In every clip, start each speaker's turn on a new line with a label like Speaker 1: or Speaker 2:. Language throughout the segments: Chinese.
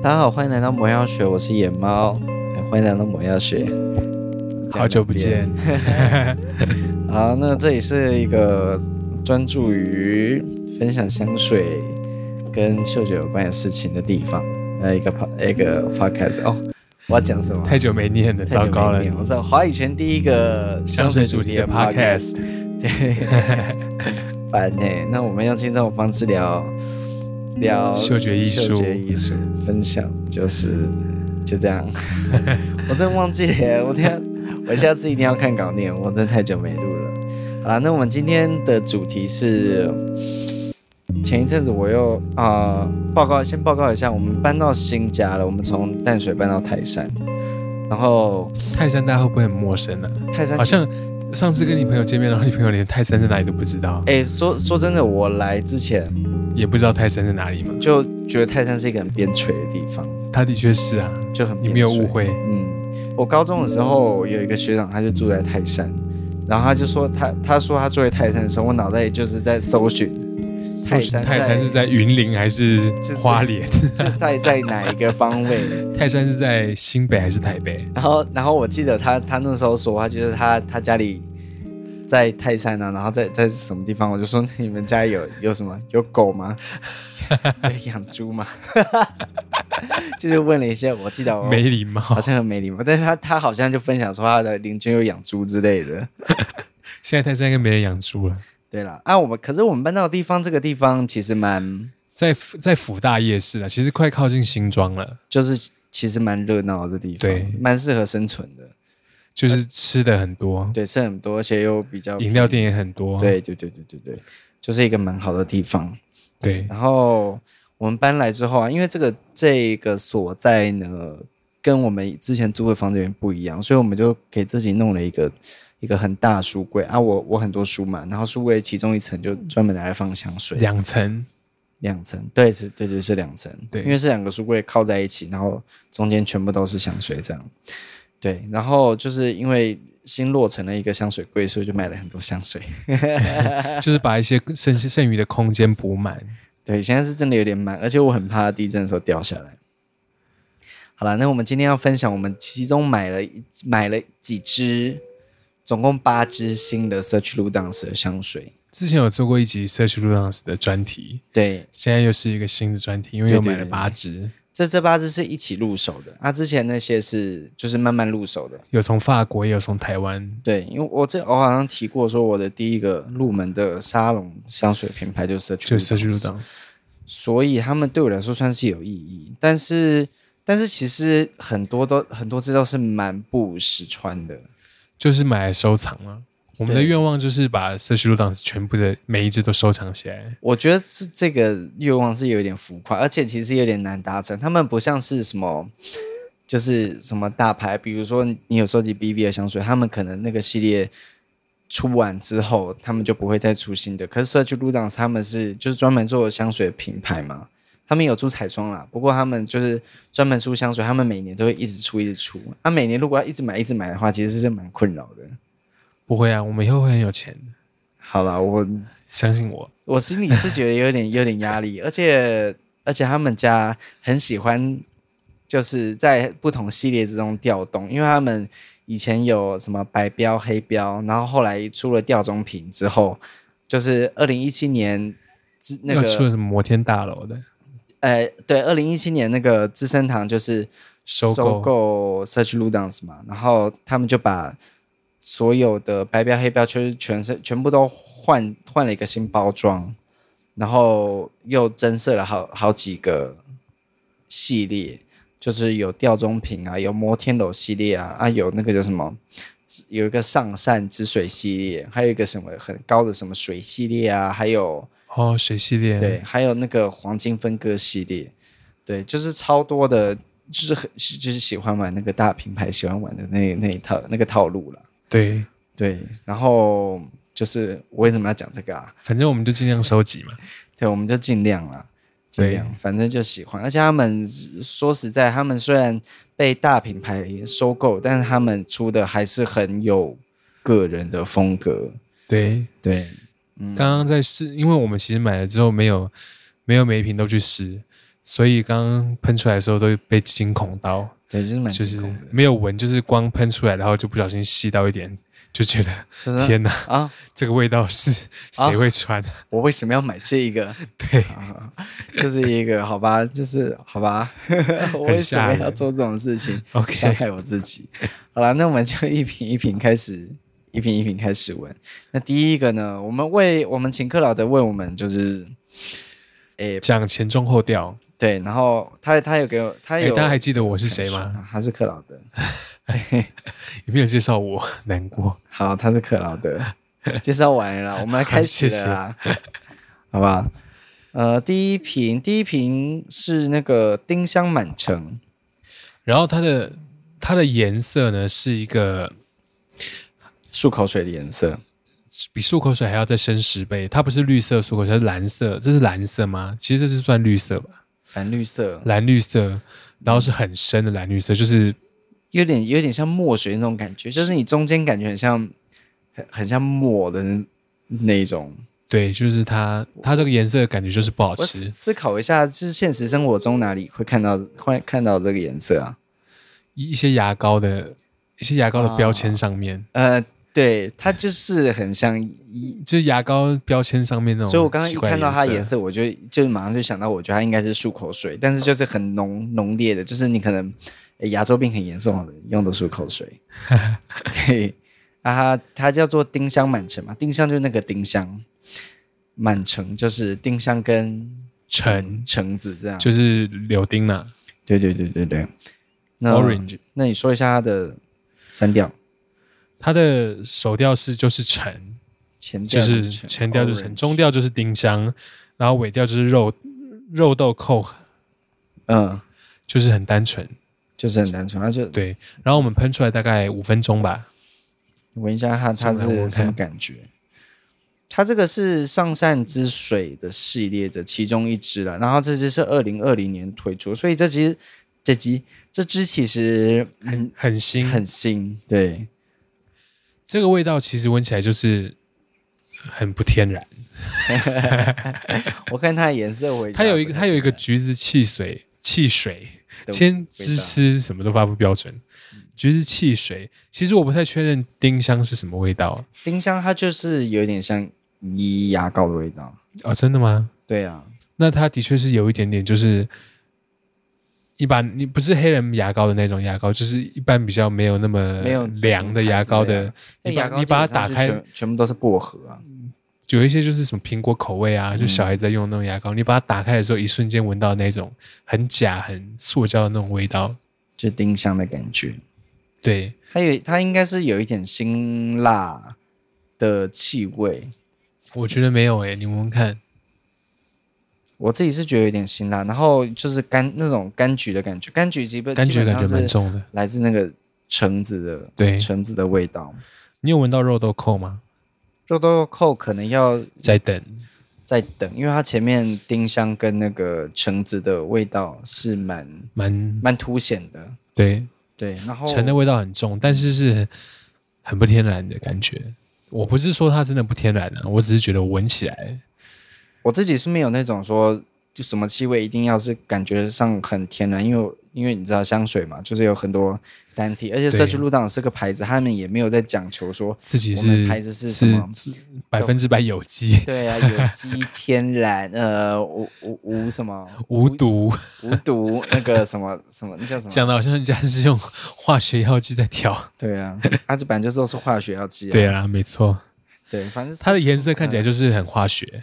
Speaker 1: 大家好，欢迎来到魔药学，我是野猫，哎欢迎来到魔药学，
Speaker 2: 好久不
Speaker 1: 这样
Speaker 2: 见，
Speaker 1: 的变。好，那这里是一个专注于分享香水跟嗅觉有关的事情的地方，呃，一个 po- 一个 podcast 哦，我要讲什么？
Speaker 2: 太久没念了，
Speaker 1: 太
Speaker 2: 糟
Speaker 1: 久
Speaker 2: 糕
Speaker 1: 没
Speaker 2: 了
Speaker 1: 念。我是华语圈第一个香水主题的 podcast，对， 烦呢、那我们要尽这种方式聊聊
Speaker 2: 嗅觉艺术
Speaker 1: 嗅觉艺术分享，就是就这样。 我真的忘记了，我等一下我下次一定要看稿念，我真的太久没录了。好啦，那我们今天的主题是。前一阵子我又啊、呃报告，先报告一下，我们搬到新家了。我们从淡水搬到泰山，然后
Speaker 2: 泰山大家会不会很陌生呢、
Speaker 1: 泰山
Speaker 2: 好
Speaker 1: 其实
Speaker 2: 像上次跟你朋友见面，然后你朋友连泰山在哪里都不知道，
Speaker 1: 哎、说说真的，我来之前
Speaker 2: 也不知道泰山在哪里嘛。
Speaker 1: 就觉得泰山是一个很边陲的地方，
Speaker 2: 他的确是啊，
Speaker 1: 就很
Speaker 2: 你
Speaker 1: 边
Speaker 2: 没有
Speaker 1: 陲
Speaker 2: 误。会，
Speaker 1: 嗯，我高中的时候有一个学长，他就住在泰山，然后他就说他他说他住在泰山的时候，我脑袋里就是在搜寻泰山
Speaker 2: 泰山是
Speaker 1: 在
Speaker 2: 在云林还是
Speaker 1: 就是
Speaker 2: 花莲？
Speaker 1: 在在在哪一个方位。
Speaker 2: 泰山是在新北还是台北？
Speaker 1: 然后然后我记得他他那时候说，他就是他他家里在泰山啊，然后在在什么地方，我就说你们家有有什么有狗吗？ 有养猪吗？ 就是问了一些，我记得我
Speaker 2: 没礼貌，
Speaker 1: 哦好像很没礼貌，但是他他好像就分享说他的邻居有养猪之类的。
Speaker 2: 现在泰山应该没人养猪了，
Speaker 1: 对了，啊，我们可是我们搬到的地方，这个地方其实蛮
Speaker 2: 在在福大夜市啊了，其实快靠近新庄了，
Speaker 1: 就是其实蛮热闹的地方，
Speaker 2: 对
Speaker 1: 蛮适合生存的，
Speaker 2: 就是吃的很多，
Speaker 1: 对，剩很多，而且又比较
Speaker 2: 饮料啊店也很多，
Speaker 1: 对对对对对对，就是一个蛮好的地方。
Speaker 2: 对，
Speaker 1: 然后我们搬来之后啊，因为这个这个所在呢，跟我们之前租的房子有点不一样，所以我们就给自己弄了一个一个很大的书柜啊，我我很多书嘛，然后书柜其中一层就专门拿来放香水，
Speaker 2: 两层，
Speaker 1: 两层，对，是，对对是两层，
Speaker 2: 对
Speaker 1: 因为是两个书柜靠在一起，然后中间全部都是香水这样，对，然后就是因为新落成了一个香水柜，所以就买了很多香水。
Speaker 2: 就是把一些剩剩余的空间补满。
Speaker 1: 对，现在是真的有点慢，而且我很怕它地震的时候掉下来。好了，那我们今天要分享，我们其中买了一买了几支，总共八支新的 Search Ludens 的香水。
Speaker 2: 之前有做过一集 Search Ludens 的专题，
Speaker 1: 对，
Speaker 2: 现在又是一个新的专题，因为
Speaker 1: 对
Speaker 2: 又买
Speaker 1: 对
Speaker 2: 了
Speaker 1: 对
Speaker 2: 八支，
Speaker 1: 这这八支是一起入手的，啊，之前那些是就是慢慢入手的。
Speaker 2: 有从法国，也有从台湾。
Speaker 1: 对，因为我这我好像提过，说我的第一个入门的沙龙香水品牌就是 Search
Speaker 2: 就 Search
Speaker 1: Ludens，
Speaker 2: Ludens，
Speaker 1: 所以他们对我来说算是有意义，但是但是其实很多都很多支都是蛮不实穿的，
Speaker 2: 就是买来收藏了。我们的
Speaker 1: 对
Speaker 2: 愿望就是把 Search Ludens 全部的每一只都收藏起来。
Speaker 1: 我觉得是这个愿望是有点浮夸，而且其实有点难达成。他们不像是什么，就是什么大牌，比如说你有收集 BV 的香水，他们可能那个系列出完之后，他们就不会再出新的。可是 Search Ludens 他们是就是专门做香水的品牌嘛，他们有出彩妆啦，不过他们就是专门出香水，他们每年都会一直出一直出。他、每年如果要一直买一直买的话，其实是蛮困扰的。
Speaker 2: 不会啊，我们以后会很有钱的，
Speaker 1: 好啦，我
Speaker 2: 相信我。
Speaker 1: 我心里是觉得有点有点压 力，而且而且他们家很喜欢，就是在不同系列之中调动，因为他们以前有什么白标、黑标，然后后来出了吊钟瓶之后，就是二零一七年之那
Speaker 2: 要出
Speaker 1: 个
Speaker 2: 了什么摩天大楼的
Speaker 1: 呃对，二零一七年那个资生堂就是
Speaker 2: 收购
Speaker 1: 收购 Search Ludens 嘛，然后他们就把所有的白标、黑标就是全是全部都换换了一个新包装，然后又增设了好好几个系列，就是有吊钟瓶啊，有摩天楼系列啊，啊有那个叫什么，有一个上善之水系列，还有一个什么很高的什么水系列啊，还有
Speaker 2: 哦，水系列，
Speaker 1: 对，，还有那个黄金分割系列，对，就是超多的，就是很是就是喜欢玩那个大品牌喜欢玩的那那一套那个套路啦。
Speaker 2: 对，
Speaker 1: 对，然后就是我为什么要讲这个啊？
Speaker 2: 反正我们就尽量收集嘛。
Speaker 1: 对，我们就尽量啦，尽
Speaker 2: 对
Speaker 1: 量，反正就喜欢。而且他们说实在，他们虽然被大品牌收购，但是他们出的还是很有个人的风格。
Speaker 2: 对，
Speaker 1: 对，嗯
Speaker 2: 刚刚在试，因为我们其实买了之后没有没有每一瓶都去试，所以刚刚喷出来的时候都被惊恐到，
Speaker 1: 对，就是蛮
Speaker 2: 就是
Speaker 1: 惊恐的，
Speaker 2: 没有闻，就是光喷出来，然后就不小心吸到一点，就觉得
Speaker 1: 就是
Speaker 2: 天哪，
Speaker 1: 啊，
Speaker 2: 这个味道是谁会穿？
Speaker 1: 我为什么要买这个？
Speaker 2: 对，
Speaker 1: 啊，就是一个好吧，就是好 吧，我为什么要做这种事情
Speaker 2: OK
Speaker 1: 伤害我自己？好了，那我们就一瓶一瓶开始，一瓶一瓶开始闻。那第一个呢，我们为我们秦克劳德问我们就是，诶，
Speaker 2: 讲前中后调。
Speaker 1: 对，然后他他有给我，他
Speaker 2: 哎、
Speaker 1: 有，
Speaker 2: 大家还记得我是谁吗？
Speaker 1: 啊？他是克劳德，
Speaker 2: 有没有介绍我？难过。
Speaker 1: 好，他是克劳德。介绍完了啦，我们来开始了啦， 好吧？呃，第一瓶，第一瓶是那个丁香满城，
Speaker 2: 然后它的它的颜色呢是一个
Speaker 1: 漱口水的颜色，
Speaker 2: 比漱口水还要再深十倍，它不是绿色漱口水，它是蓝色，这是蓝色吗？其实这是算绿色吧，
Speaker 1: 蓝绿色，
Speaker 2: 蓝绿色，然后是很深的蓝绿色，就是
Speaker 1: 有点有点像墨水那种感觉，就是你中间感觉很像很很像墨的那那一种。
Speaker 2: 对，就是它它这个颜色感觉就是不好
Speaker 1: 我思
Speaker 2: 吃，
Speaker 1: 思考一下，就是现实生活中哪里会看到会看到这个颜色啊？
Speaker 2: 一一些牙膏的一些牙膏的标签上面，
Speaker 1: 呃，对，它就是很像一。
Speaker 2: 就是牙膏标签上面那种，
Speaker 1: 所以我刚刚一看到它
Speaker 2: 颜
Speaker 1: 颜，色，我就就马上就想到，我觉得它应该是漱口水，但是就是很浓浓烈的，就是你可能呃牙周病很严重的用的漱口 水。对，啊，它它叫做丁香满城嘛，丁香就是那个丁香，满城就是丁香跟
Speaker 2: 橙
Speaker 1: 橙子这样。
Speaker 2: 就是柳丁啦、
Speaker 1: 对对对对对。那
Speaker 2: Orange
Speaker 1: 那你说一下它的三调，
Speaker 2: 它的首调是就是橙，
Speaker 1: 前调
Speaker 2: 就是前调就是橙，
Speaker 1: Orange
Speaker 2: 中调就是丁香，然后尾调就是肉肉豆蔻，
Speaker 1: 嗯，
Speaker 2: 就是很单纯。
Speaker 1: 就是很单纯，它就
Speaker 2: 对，然后我们喷出来大概五分钟吧，
Speaker 1: 闻一下它它
Speaker 2: 送来闻
Speaker 1: 是
Speaker 2: 闻
Speaker 1: 什么
Speaker 2: 看
Speaker 1: 感觉？它这个是上善之水的系列的其中一支了，然后这支是二零二零年推出，所以这支这支这支其实很
Speaker 2: 很新。
Speaker 1: 很新，对，
Speaker 2: 这个味道其实闻起来就是很不天然，
Speaker 1: 我看它的颜色，我也
Speaker 2: 它有一
Speaker 1: 觉
Speaker 2: 个
Speaker 1: 得
Speaker 2: 它有一个
Speaker 1: 不太
Speaker 2: 橘子汽水汽水，
Speaker 1: 对
Speaker 2: 先知吃什么都发不标准。
Speaker 1: 嗯
Speaker 2: 橘子汽水，其实我不太确认丁香是什么味道
Speaker 1: 丁香，它就是有点像一牙膏的味道，
Speaker 2: 哦，真的吗？
Speaker 1: 对啊，
Speaker 2: 那它的确是有一点点，就是一般你不是黑人牙膏的那种牙膏，就是一般比较没有那么
Speaker 1: 没有
Speaker 2: 凉的牙膏
Speaker 1: 什么
Speaker 2: 的
Speaker 1: 牌，那
Speaker 2: 你
Speaker 1: 牙
Speaker 2: 把
Speaker 1: 膏
Speaker 2: 你把它
Speaker 1: 基本
Speaker 2: 打
Speaker 1: 上就
Speaker 2: 开
Speaker 1: 全，全部都是薄荷啊，
Speaker 2: 有一些就是什么苹果口味
Speaker 1: 嗯
Speaker 2: 啊，就小孩子在用的那种牙膏，你把它打开的时候，一瞬间闻到那种很假、很塑胶的那种味道。
Speaker 1: 就丁香的感觉，
Speaker 2: 对，
Speaker 1: 它有它应该是有一点辛辣的气味，
Speaker 2: 我觉得没有欸诶、你闻闻看，
Speaker 1: 我自己是觉得有点辛辣，然后就是柑那种柑橘的感觉，柑橘基本
Speaker 2: 柑橘
Speaker 1: 呃基
Speaker 2: 感觉
Speaker 1: 本
Speaker 2: 蛮
Speaker 1: 上是
Speaker 2: 重的。
Speaker 1: 来自那个橙子的
Speaker 2: 对
Speaker 1: 橙子的味道，
Speaker 2: 你有闻到肉豆蔻吗？
Speaker 1: 肉豆蔻可能要
Speaker 2: 在等，
Speaker 1: 再等，因为它前面丁香跟那个橙子的味道是蛮
Speaker 2: 蛮
Speaker 1: 蛮凸显的，
Speaker 2: 对，
Speaker 1: 对，然后
Speaker 2: 橙的味道很重，但是是很不天然的感觉。我不是说它真的不天然啊，我只是觉得闻起来，
Speaker 1: 我自己是没有那种说就什么气味一定要是感觉上很天然，因为我因为你知道香水嘛，就是有很多单体，而且社区
Speaker 2: 对
Speaker 1: 路档是个牌子，他们也没有在讲求说
Speaker 2: 自己
Speaker 1: 我们
Speaker 2: 是
Speaker 1: 牌子是什
Speaker 2: 是
Speaker 1: 么
Speaker 2: 百分之百有机、
Speaker 1: 对啊，有 机、天然，呃，无无无什么
Speaker 2: 无毒，
Speaker 1: 无毒嗯那个什么什么，那叫什么？
Speaker 2: 讲的好像人家是用化学药剂在调。
Speaker 1: 对啊，它这本来就都是化学药剂、啊。
Speaker 2: 对啊，没错，
Speaker 1: 对，反正是
Speaker 2: 它的颜色看起来就是很化学。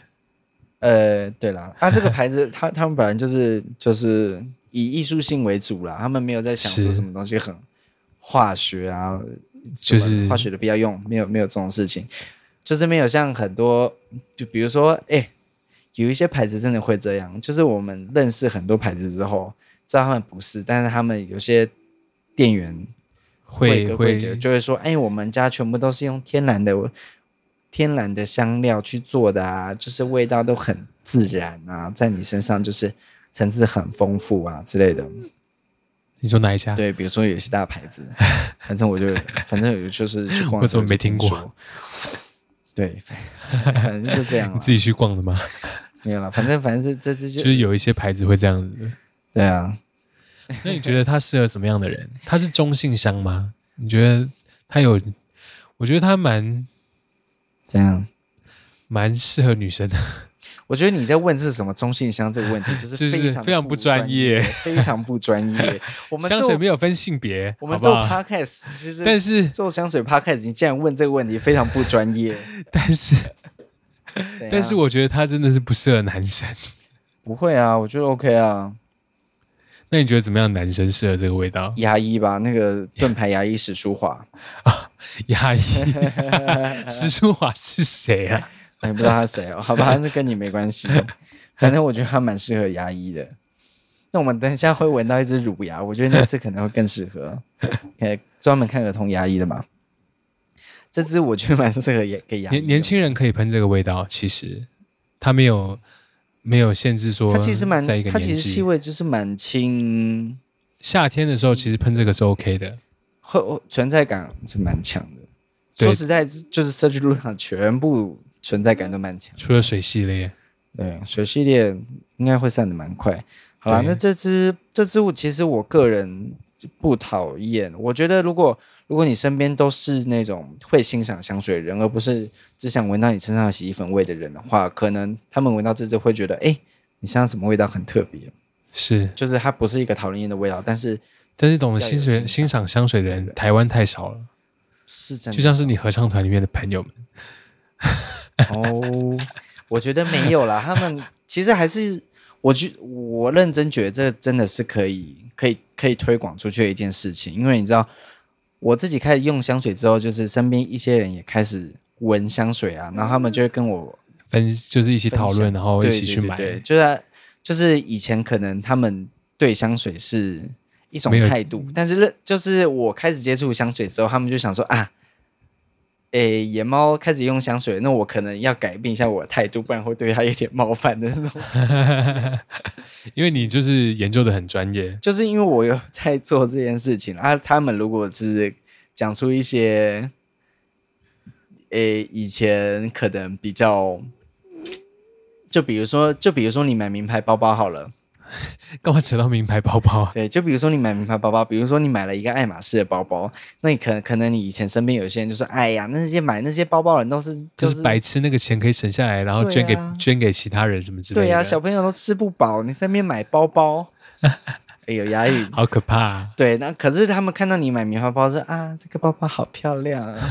Speaker 1: 呃，对啦，它这个牌子，它他们本来就是就是以艺术性为主啦，他们没有在想说
Speaker 2: 是
Speaker 1: 什么东西很化学啊，
Speaker 2: 就
Speaker 1: 什么
Speaker 2: 是
Speaker 1: 化学的必要用，没有没有这种事情，就是没有像很多，就比如说，哎、有一些牌子真的会这样，就是我们认识很多牌子之后，知道他们不是，但是他们有些店员
Speaker 2: 会
Speaker 1: 哥
Speaker 2: 会
Speaker 1: 柜姐就会说，哎，我们家全部都是用天然的天然的香料去做的啊，就是味道都很自然啊，在你身上就是层次很丰富啊之类的。
Speaker 2: 你说哪一家？
Speaker 1: 对，比如说有一些大牌 子，反正我就反正有就是去逛的时候就听说，
Speaker 2: 我怎么没听过
Speaker 1: 对，反反正就这样
Speaker 2: 你
Speaker 1: 了
Speaker 2: 自。己去逛的吗？
Speaker 1: 没有了，反正反正这这次
Speaker 2: 就
Speaker 1: 就是
Speaker 2: 有一些牌子会这样子。
Speaker 1: 对啊，
Speaker 2: 那你觉得它适合什么样的人？它是中性香吗？你觉得它有？我觉得它蛮
Speaker 1: 这样。
Speaker 2: 蛮适合女生的。
Speaker 1: 我觉得你在问是什么中性香这个问题，就
Speaker 2: 就
Speaker 1: 是
Speaker 2: 是
Speaker 1: 非常
Speaker 2: 非常不
Speaker 1: 不
Speaker 2: 专
Speaker 1: 专
Speaker 2: 业，
Speaker 1: 非常不专 业。我们
Speaker 2: 香水
Speaker 1: 做
Speaker 2: 没有分性别，
Speaker 1: 我们
Speaker 2: 好
Speaker 1: 做
Speaker 2: 不好
Speaker 1: podcast 其实
Speaker 2: 但是
Speaker 1: 做香水 podcast，你竟然问这个问题，非常不专 业。
Speaker 2: 但是
Speaker 1: 啊怎样
Speaker 2: 但是我觉得它真的是不适合男生。
Speaker 1: 不会啊，我觉得 OK 啊，
Speaker 2: 那你觉得怎么样？男生适合这个味道？
Speaker 1: 牙医吧，那个盾牌牙医史书华，
Speaker 2: 压 抑。石淑华是谁啊？
Speaker 1: 也不知道他是谁哦，好吧，那跟你没关 系。反正我觉得他蛮适合牙医的。那我们等一下会闻到一只乳牙，我觉得那只可能会更适合，可以专门看儿童牙医的嘛。这只我觉得蛮适合也给牙医
Speaker 2: 年
Speaker 1: 的
Speaker 2: 年轻人可以喷这个味道，其实它没有没有限制说，
Speaker 1: 它其实蛮
Speaker 2: 在一个，
Speaker 1: 它
Speaker 2: 年
Speaker 1: 其实气
Speaker 2: 纪，
Speaker 1: 味就是蛮轻，
Speaker 2: 夏天的时候其实喷这个是 OK 的。
Speaker 1: 会存在感是蛮强的。
Speaker 2: 对
Speaker 1: 说实在，就是社区路上全部存在感都蛮强。
Speaker 2: 除了水系列，
Speaker 1: 对，水系列应该会散的蛮快。好啦，
Speaker 2: 对
Speaker 1: 那这支这支物其实我个人不讨厌，我觉得如果如果你身边都是那种会欣赏香水的人，而不是只想闻到你身上的洗衣粉味的人的话，可能他们闻到这支会觉得，哎、你身上什么味道很特别，
Speaker 2: 是，
Speaker 1: 就是它不是一个讨人厌的味道，但是
Speaker 2: 但是懂得
Speaker 1: 要有
Speaker 2: 欣水
Speaker 1: 欣赏
Speaker 2: 欣赏香水的人，台湾太少了，
Speaker 1: 是真的
Speaker 2: 就像是你合唱团里面的朋友们，
Speaker 1: 哦， 我觉得没有啦，他们其实还是，我觉我认真觉得这真的是可以可以可以推广出去的一件事情，因为你知道，我自己开始用香水之后，就是身边一些人也开始闻香水啊，然后他们就会跟我
Speaker 2: 分就是一起
Speaker 1: 分
Speaker 2: 讨论，
Speaker 1: 享
Speaker 2: 然后一
Speaker 1: 对
Speaker 2: 起
Speaker 1: 对
Speaker 2: 去
Speaker 1: 对
Speaker 2: 买，
Speaker 1: 对就是啊就是以前可能他们对香水是一种
Speaker 2: 没有
Speaker 1: 态度，但是认就是我开始接触香水之后，他们就想说啊。诶，野猫开始用香水，那我可能要改变一下我的态度，不然会对它有点冒犯的那种。
Speaker 2: 因为你就是研究的很专业，
Speaker 1: 就是因为我有在做这件事情啊，他们如果是讲出一些，诶、以前可能比较，就比如说，就比如说你买名牌包包好了，
Speaker 2: 干嘛扯到名牌包包啊？
Speaker 1: 对，就比如说你买名牌包包，比如说你买了一个爱马仕的包包，那你可能可能你以前身边有些人就说，哎呀，那些买那些包包的人都是
Speaker 2: 就
Speaker 1: 就是
Speaker 2: 白痴那个钱可以省下来，然后
Speaker 1: 对
Speaker 2: 捐给、
Speaker 1: 啊
Speaker 2: 捐给其他人什么之类的，
Speaker 1: 对呀、啊小朋友都吃不饱，你在那边买包 包，哎呦，牙语。
Speaker 2: 好可怕、啊。
Speaker 1: 对，那可是他们看到你买名牌包说啊，这个包包好漂亮、啊，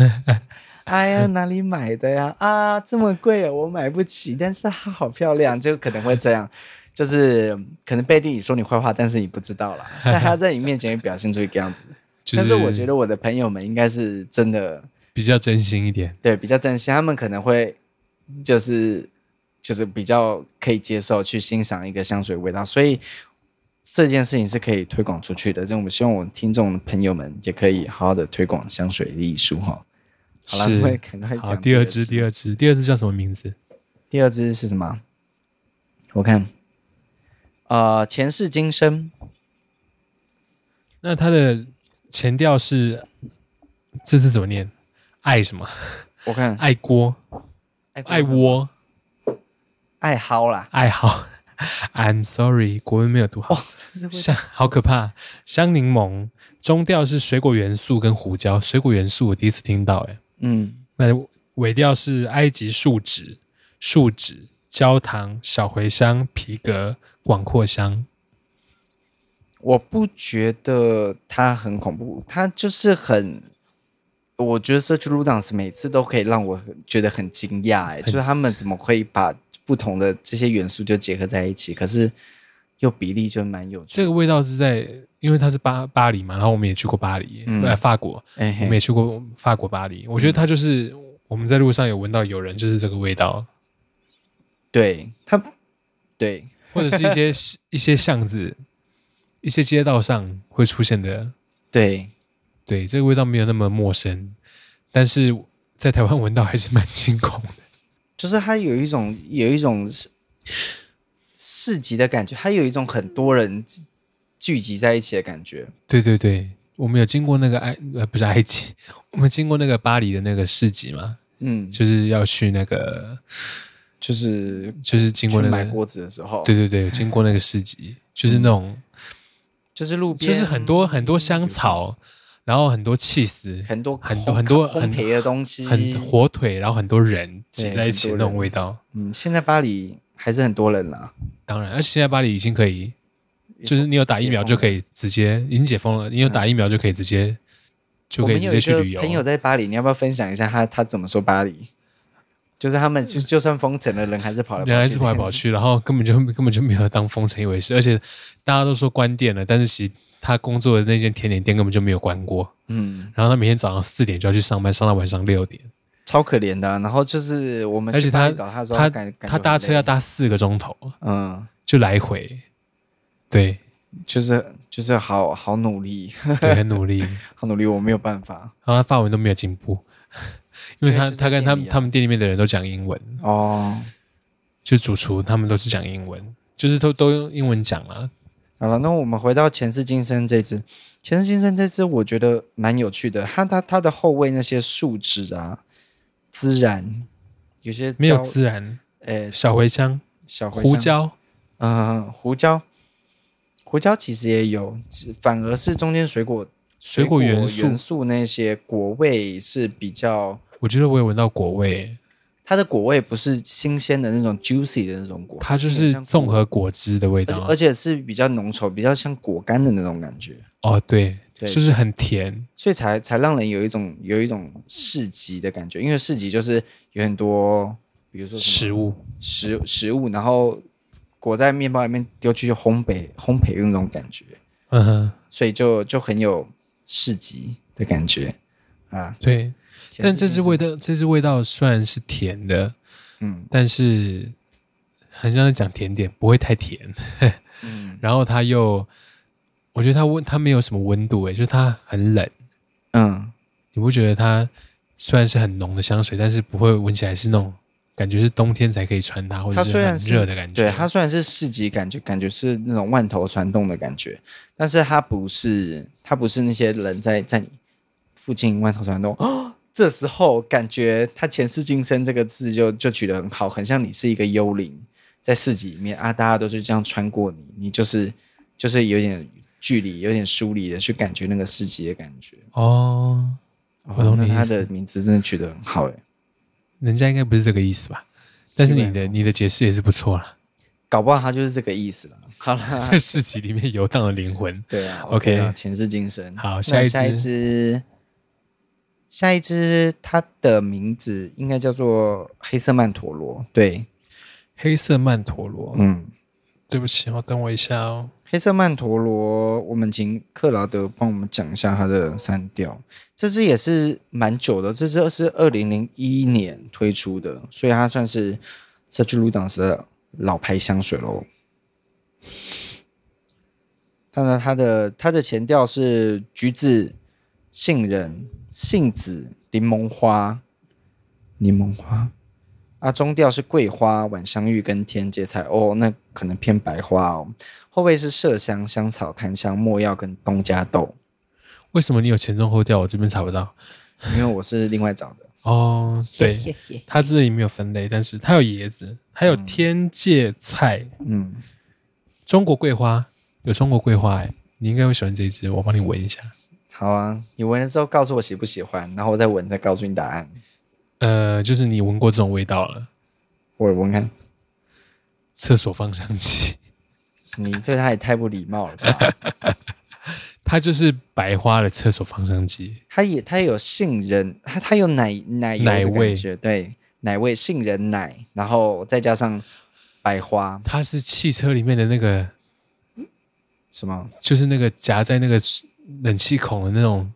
Speaker 1: 哎呀，哪里买的呀？啊，这么贵、哦，我买不起，但是它好漂亮，就可能会这样，就是可能背地里说你坏话，但是你不知道啦。但他在你面前也表现出一个样子。
Speaker 2: 就
Speaker 1: 但是我觉得我的朋友们应该是真的
Speaker 2: 比较真心一点，
Speaker 1: 对比较珍惜，他们可能会就是就是比较可以接受去欣赏一个香水味道，所以这件事情是可以推广出去的。这我们希望我们听众朋友们也可以好好的推广香水的艺术哈。好了，我也
Speaker 2: 是
Speaker 1: 赶快
Speaker 2: 好。
Speaker 1: 讲
Speaker 2: 第二支，第
Speaker 1: 二
Speaker 2: 二支，第二支叫什么名字？
Speaker 1: 第二支是什么？我看，呃，前世今生，
Speaker 2: 那它的前调是，这是怎么念？爱 什么？
Speaker 1: 我看
Speaker 2: 爱锅、
Speaker 1: 爱国
Speaker 2: 爱
Speaker 1: 什么
Speaker 2: 窝、
Speaker 1: 爱好啦，
Speaker 2: 爱好。I'm sorry，国文没有读
Speaker 1: 哇
Speaker 2: 好。，
Speaker 1: 这是会
Speaker 2: 香好可怕，香柠檬。中调是水果元素跟胡椒，水果元素我第一次听到、欸，
Speaker 1: 嗯，
Speaker 2: 那尾调是埃及树脂、树脂、焦糖、小茴香、皮革、广藿香。
Speaker 1: 我不觉得它很恐怖，它就是很，我觉得社区路档是每次都可以让我很觉得很惊讶，哎，就是他们怎么会把不同的这些元素就结合在一起，可是又比例就蛮有趣
Speaker 2: 这
Speaker 1: 的。
Speaker 2: 个味道是在，因为它是巴巴黎嘛，然后我们也去过巴黎，
Speaker 1: 嗯
Speaker 2: 呃，法国，
Speaker 1: 哎
Speaker 2: 我们也
Speaker 1: 嘿，嗯
Speaker 2: 去过法国巴黎。我觉得它就是、我们在路上有闻到有人就是这个味 道，
Speaker 1: 对它，对
Speaker 2: 或者是一些 一些巷子、一些街道上会出现的。
Speaker 1: 对，
Speaker 2: 对，这个味道没有那么陌生，但是在台湾闻到还是蛮惊恐的。
Speaker 1: 就是它有一种有一种市市集的感觉，它有一种很多人聚聚集在一起的感觉。
Speaker 2: 对对对，我们有经过那个埃呃不是埃及，我们经过那个巴黎的那个市集嘛，
Speaker 1: 嗯，
Speaker 2: 就是要去那个
Speaker 1: 就是
Speaker 2: 就是经
Speaker 1: 去
Speaker 2: 过那
Speaker 1: 买
Speaker 2: 个，
Speaker 1: 锅子的时候，
Speaker 2: 对对对，经过那个市集，就是那种
Speaker 1: 就是路嗯边，
Speaker 2: 就是很多很多香草，然后很多气丝，
Speaker 1: 很多
Speaker 2: 很
Speaker 1: 烤
Speaker 2: 多很多
Speaker 1: 烘
Speaker 2: 很
Speaker 1: 焙的东西，
Speaker 2: 很火腿，然后很多人
Speaker 1: 对
Speaker 2: 挤在一起
Speaker 1: 很
Speaker 2: 那
Speaker 1: 多
Speaker 2: 种味道。
Speaker 1: 嗯，现在巴黎还是很多人啦，
Speaker 2: 当然，而且现在巴黎已经可以，就是你有打疫苗就可
Speaker 1: 以。
Speaker 2: 以直接已经解封了，你有打疫苗就可以直接
Speaker 1: 嗯
Speaker 2: 就
Speaker 1: 我
Speaker 2: 可以
Speaker 1: 们
Speaker 2: 直
Speaker 1: 有
Speaker 2: 接
Speaker 1: 一
Speaker 2: 去
Speaker 1: 个
Speaker 2: 旅游。
Speaker 1: 朋友在巴黎，你要不要分享一下他他怎么说巴黎？就是他们就就算封城了，人还是跑来跑去，
Speaker 2: 呃人还是跑来跑。去，然后根本就 根本就没有当封城一回事，而且大家都说关店了，但是其实他工作的那间甜点店根本就没有关过，
Speaker 1: 嗯，
Speaker 2: 然后他每天早上四点就要去上班，上到晚上六点，
Speaker 1: 超可怜的啊、然后就是我们
Speaker 2: 而且
Speaker 1: 去巴
Speaker 2: 他
Speaker 1: 黎找他的时候，
Speaker 2: 他
Speaker 1: 感感觉
Speaker 2: 他搭
Speaker 1: 很
Speaker 2: 车要
Speaker 1: 累，
Speaker 2: 搭四个钟头，
Speaker 1: 嗯，
Speaker 2: 就来回， 对
Speaker 1: 就是就是好好努力，
Speaker 2: 对，很努力，然
Speaker 1: 好努力，我没有办法
Speaker 2: 后他发文都没有进步，因为
Speaker 1: 对
Speaker 2: 他
Speaker 1: 就在
Speaker 2: 他跟他
Speaker 1: 店里啊
Speaker 2: 他们店里面的人都讲英文，
Speaker 1: 哦。
Speaker 2: 就主厨他们都是讲英文，就是都都用英文讲啦，
Speaker 1: 好了，那我们回到前世今生这只，前世今生这只我觉得蛮有趣的，它它它的后味那些树脂啊、孜然，有些
Speaker 2: 没有
Speaker 1: 椒
Speaker 2: 孜然、
Speaker 1: 呃
Speaker 2: 小茴香、
Speaker 1: 小茴
Speaker 2: 胡
Speaker 1: 香
Speaker 2: 椒，
Speaker 1: 嗯，胡椒，胡椒其实也有，只反而是中间水果
Speaker 2: 水果元
Speaker 1: 元
Speaker 2: 素
Speaker 1: 那些果味是比较，
Speaker 2: 我觉得我也闻到果味。
Speaker 1: 它的果味不是新鲜的那种 juicy 的那种果，
Speaker 2: 它就
Speaker 1: 有点
Speaker 2: 是
Speaker 1: 像
Speaker 2: 综
Speaker 1: 果，
Speaker 2: 合果汁的啊味
Speaker 1: 而且
Speaker 2: 道
Speaker 1: 而。且是比较浓稠，比较像果干的那种感觉，
Speaker 2: 哦，对，
Speaker 1: 对
Speaker 2: 就是很甜，
Speaker 1: 所以才才让人有一种有一种市集的感觉，因为市集就是有很多，比如说什么
Speaker 2: 食物
Speaker 1: 食食物，然后裹在面包里面丢去烘焙烘焙的那种感觉。
Speaker 2: 嗯哼，
Speaker 1: 所以就就很有市集的感觉啊。
Speaker 2: 对。
Speaker 1: 前
Speaker 2: 但
Speaker 1: 世
Speaker 2: 这支
Speaker 1: 今
Speaker 2: 味
Speaker 1: 生，
Speaker 2: 道，这支味道虽然是甜的，
Speaker 1: 嗯
Speaker 2: 但是很像在讲甜点，不会太甜。
Speaker 1: 嗯
Speaker 2: 然后它又，我觉得它温，它没有什么温度，诶，欸就是它很冷。
Speaker 1: 嗯，
Speaker 2: 你不觉得它虽然是很浓的香水，但是不会闻起来是那种感觉是冬天才可以穿它，或者
Speaker 1: 它
Speaker 2: 是
Speaker 1: 虽
Speaker 2: 很
Speaker 1: 然是
Speaker 2: 热的感觉。
Speaker 1: 对，它虽然是市集感觉，感觉是那种万头攒动的感觉，但是它不是，它不是那些人在在你附近万头攒动哦。这时候感觉它前世今生这个字就就取得很好，很像你是一个幽灵在市集里面啊，大家都是这样穿过你，你就是就是有点距离，有点疏离的去感觉那个市集的感觉。
Speaker 2: 哦，
Speaker 1: 哦
Speaker 2: 我懂
Speaker 1: 那
Speaker 2: 你意
Speaker 1: 他
Speaker 2: 思
Speaker 1: 的名字真的取得很好哎，
Speaker 2: 人家应该不是这个意思吧？但是
Speaker 1: 基本
Speaker 2: 你的你的解释也是不 错啦。
Speaker 1: 搞不好他就是这个意思了。好啦，
Speaker 2: 在市集里面游荡的灵魂。
Speaker 1: 对啊
Speaker 2: OK
Speaker 1: 啊前世今生。
Speaker 2: 好
Speaker 1: 那
Speaker 2: 下一
Speaker 1: 下一只，下一只，它的名字应该叫做黑色曼陀罗。对，
Speaker 2: 黑色曼陀罗，
Speaker 1: 嗯，
Speaker 2: 对不起哦，等我一下哦。
Speaker 1: 黑色曼陀罗，我们请克劳德帮我们讲一下它的三调。这支也是蛮久的，这支是二零零一年推出的，所以它算是社区鲁党的老牌香水喽。当然，它的它的前调是橘子、杏仁、杏子、柠檬花、柠檬花啊，中调是桂花、晚香玉跟天芥菜哦，那可能偏白花哦。后味是麝香、香草、檀香、没药跟东加豆，
Speaker 2: 为什么你有前中后调？我这边查不到
Speaker 1: 因为我是另外找的。
Speaker 2: 哦。 对，
Speaker 1: 嘿嘿嘿
Speaker 2: 它这里没有分类，但是它有椰子，还有天芥菜、
Speaker 1: 嗯，
Speaker 2: 中国桂花，有中国桂花哎、你应该会喜欢这一支，我帮你闻一下。
Speaker 1: 好啊，你闻了之后告诉我喜不喜欢，然后我再闻再告诉你答案。
Speaker 2: 呃，就是你闻过这种味道了，
Speaker 1: 我闻看，
Speaker 2: 厕所芳香剂，
Speaker 1: 你对他也太不礼貌了吧？
Speaker 2: 它就是白花的厕所芳香剂。
Speaker 1: 它也它有杏仁，它它有奶奶油的
Speaker 2: 奶味
Speaker 1: 感觉，对，奶味杏仁奶，然后再加上百花，
Speaker 2: 它是汽车里面的那个，
Speaker 1: 什么？
Speaker 2: 就是那个夹在那个冷气孔的那种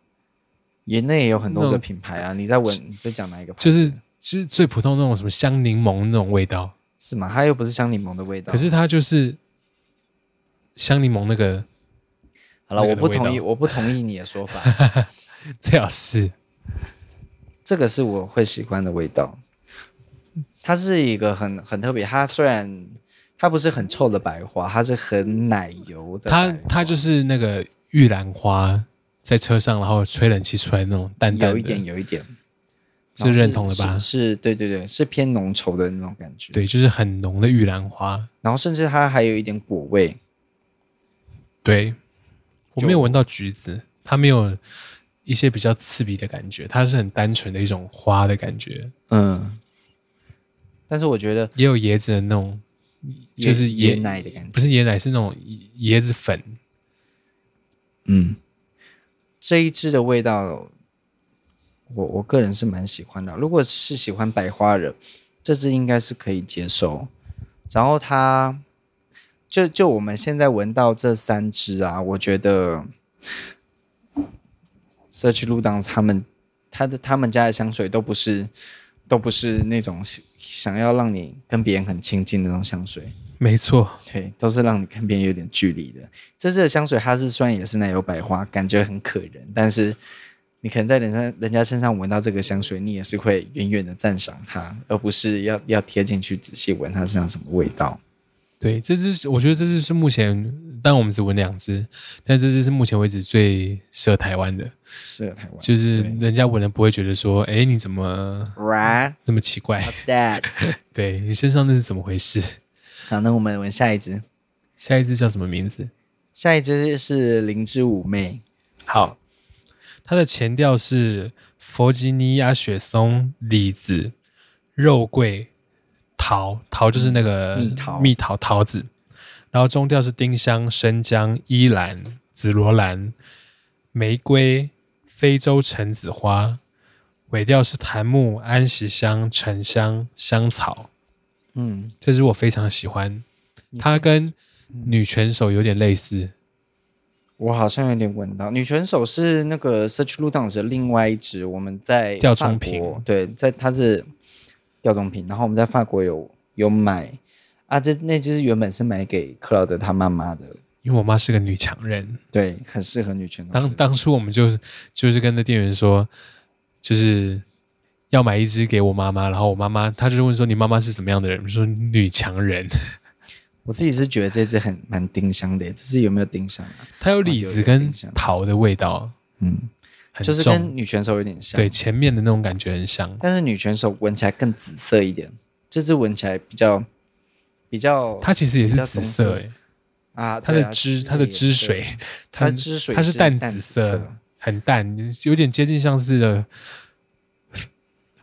Speaker 1: 也那也有很多
Speaker 2: 那
Speaker 1: 个
Speaker 2: 种
Speaker 1: 品牌啊。你在闻，你在讲哪一个牌子？
Speaker 2: 就是就是最普通那种什么香柠檬那种味道，
Speaker 1: 是吗？它又不是香柠檬的味道。
Speaker 2: 可是它就是香柠檬那个
Speaker 1: 好了，
Speaker 2: 那个
Speaker 1: 我
Speaker 2: 的
Speaker 1: 不
Speaker 2: 味道
Speaker 1: 同意，我不同意你的说法。
Speaker 2: 最好是
Speaker 1: 这个是我会喜欢的味道。它是一个很很特别，它虽然它不是很臭的白花，它是很奶油的白
Speaker 2: 它
Speaker 1: 花。
Speaker 2: 它就是那个玉兰花在车上，然后吹冷气出来那种淡淡的，
Speaker 1: 有一点，有一点。
Speaker 2: 这认同了吧
Speaker 1: 是？是对对对，是偏浓稠的那种感觉。，
Speaker 2: 对，就是很浓的玉兰花。
Speaker 1: 然后甚至它还有一点果味，
Speaker 2: 对，我
Speaker 1: 就
Speaker 2: 没有闻到橘子，它没有一些比较刺鼻的感觉，它是很单纯的一种花的感觉，
Speaker 1: 嗯。但是我觉得
Speaker 2: 也有椰子的那种，就
Speaker 1: 椰
Speaker 2: 是
Speaker 1: 椰
Speaker 2: 椰
Speaker 1: 奶的感觉，
Speaker 2: 不是椰奶，是那种椰子粉。
Speaker 1: 嗯，这一支的味道，我我个人是蛮喜欢的。如果是喜欢百花的，这支应该是可以接受。然后它，就就我们现在闻到这三支啊，我觉得 Search l u d a n 他们他的他们家的香水都不是都不是那种想想要让你跟别人很亲近的那种香水。
Speaker 2: 没错，
Speaker 1: 对，都是让你跟别人有点距离的。这支的香水它是虽然也是奶油百花，感觉很可人，但是你可能在人家人家身上闻到这个香水，你也是会远远的赞赏它，而不是要要贴进去仔细闻它身上什么味道。
Speaker 2: 对，这只是我觉得这只是目前，但我们只闻两只，但这只是目前为止最适合台湾的，
Speaker 1: 适合台湾，
Speaker 2: 就是
Speaker 1: 对
Speaker 2: 人家闻了不会觉得说，哎，你怎么
Speaker 1: right
Speaker 2: 那么奇怪？
Speaker 1: what's that？
Speaker 2: 对你身上那是怎么回事？
Speaker 1: 好，那我们闻下一支，
Speaker 2: 下一只叫什么名字？
Speaker 1: 下一支是灵芝妩媚，
Speaker 2: 好，它的前调是弗吉尼亚雪松、李子、肉桂、桃，桃就是那个
Speaker 1: 蜜桃
Speaker 2: 蜜桃桃子，然后中调是丁香、生姜、依兰、紫罗兰、玫瑰、非洲橙子花，尾调是檀木、安息香、沉香、香草，
Speaker 1: 嗯，
Speaker 2: 这支我非常喜欢，它跟女拳手有点类似，
Speaker 1: 我好像有点闻到，女拳手是那个 Search l u d a n 的另外一支，我们在
Speaker 2: 吊
Speaker 1: 法
Speaker 2: 钟瓶
Speaker 1: 国对，在它是吊钟瓶，然后我们在法国有有买啊，这那支原本是买给克劳德他妈妈的，
Speaker 2: 因为我妈是个女强人。
Speaker 1: 对，很适合女拳手。
Speaker 2: 当当初我们就是就是跟那店员说，就是要买一只给我妈妈，然后我妈妈她就问说你妈妈是什么样的人？我说女 强人，
Speaker 1: 我自己是觉得这支很蛮丁香的耶，这支有没有丁香啊？
Speaker 2: 它有李子跟桃的味道，
Speaker 1: 嗯，
Speaker 2: 很
Speaker 1: 就是
Speaker 2: 重，
Speaker 1: 跟哦女拳手有点像，
Speaker 2: 对，前面的那种感觉很像，
Speaker 1: 但是女拳手闻起来更紫色一点，这支闻起来比较比较
Speaker 2: 它其实也是
Speaker 1: 比较
Speaker 2: 紫
Speaker 1: 棕
Speaker 2: 色欸
Speaker 1: 色
Speaker 2: 诶，
Speaker 1: 啊，
Speaker 2: 它
Speaker 1: 对
Speaker 2: 的
Speaker 1: 啊
Speaker 2: 汁
Speaker 1: 之
Speaker 2: 它的
Speaker 1: 类
Speaker 2: 汁
Speaker 1: 对
Speaker 2: 水，
Speaker 1: 它汁水
Speaker 2: 它
Speaker 1: 是
Speaker 2: 是淡
Speaker 1: 淡
Speaker 2: 紫
Speaker 1: 紫色
Speaker 2: 色，很淡，有点接近像是的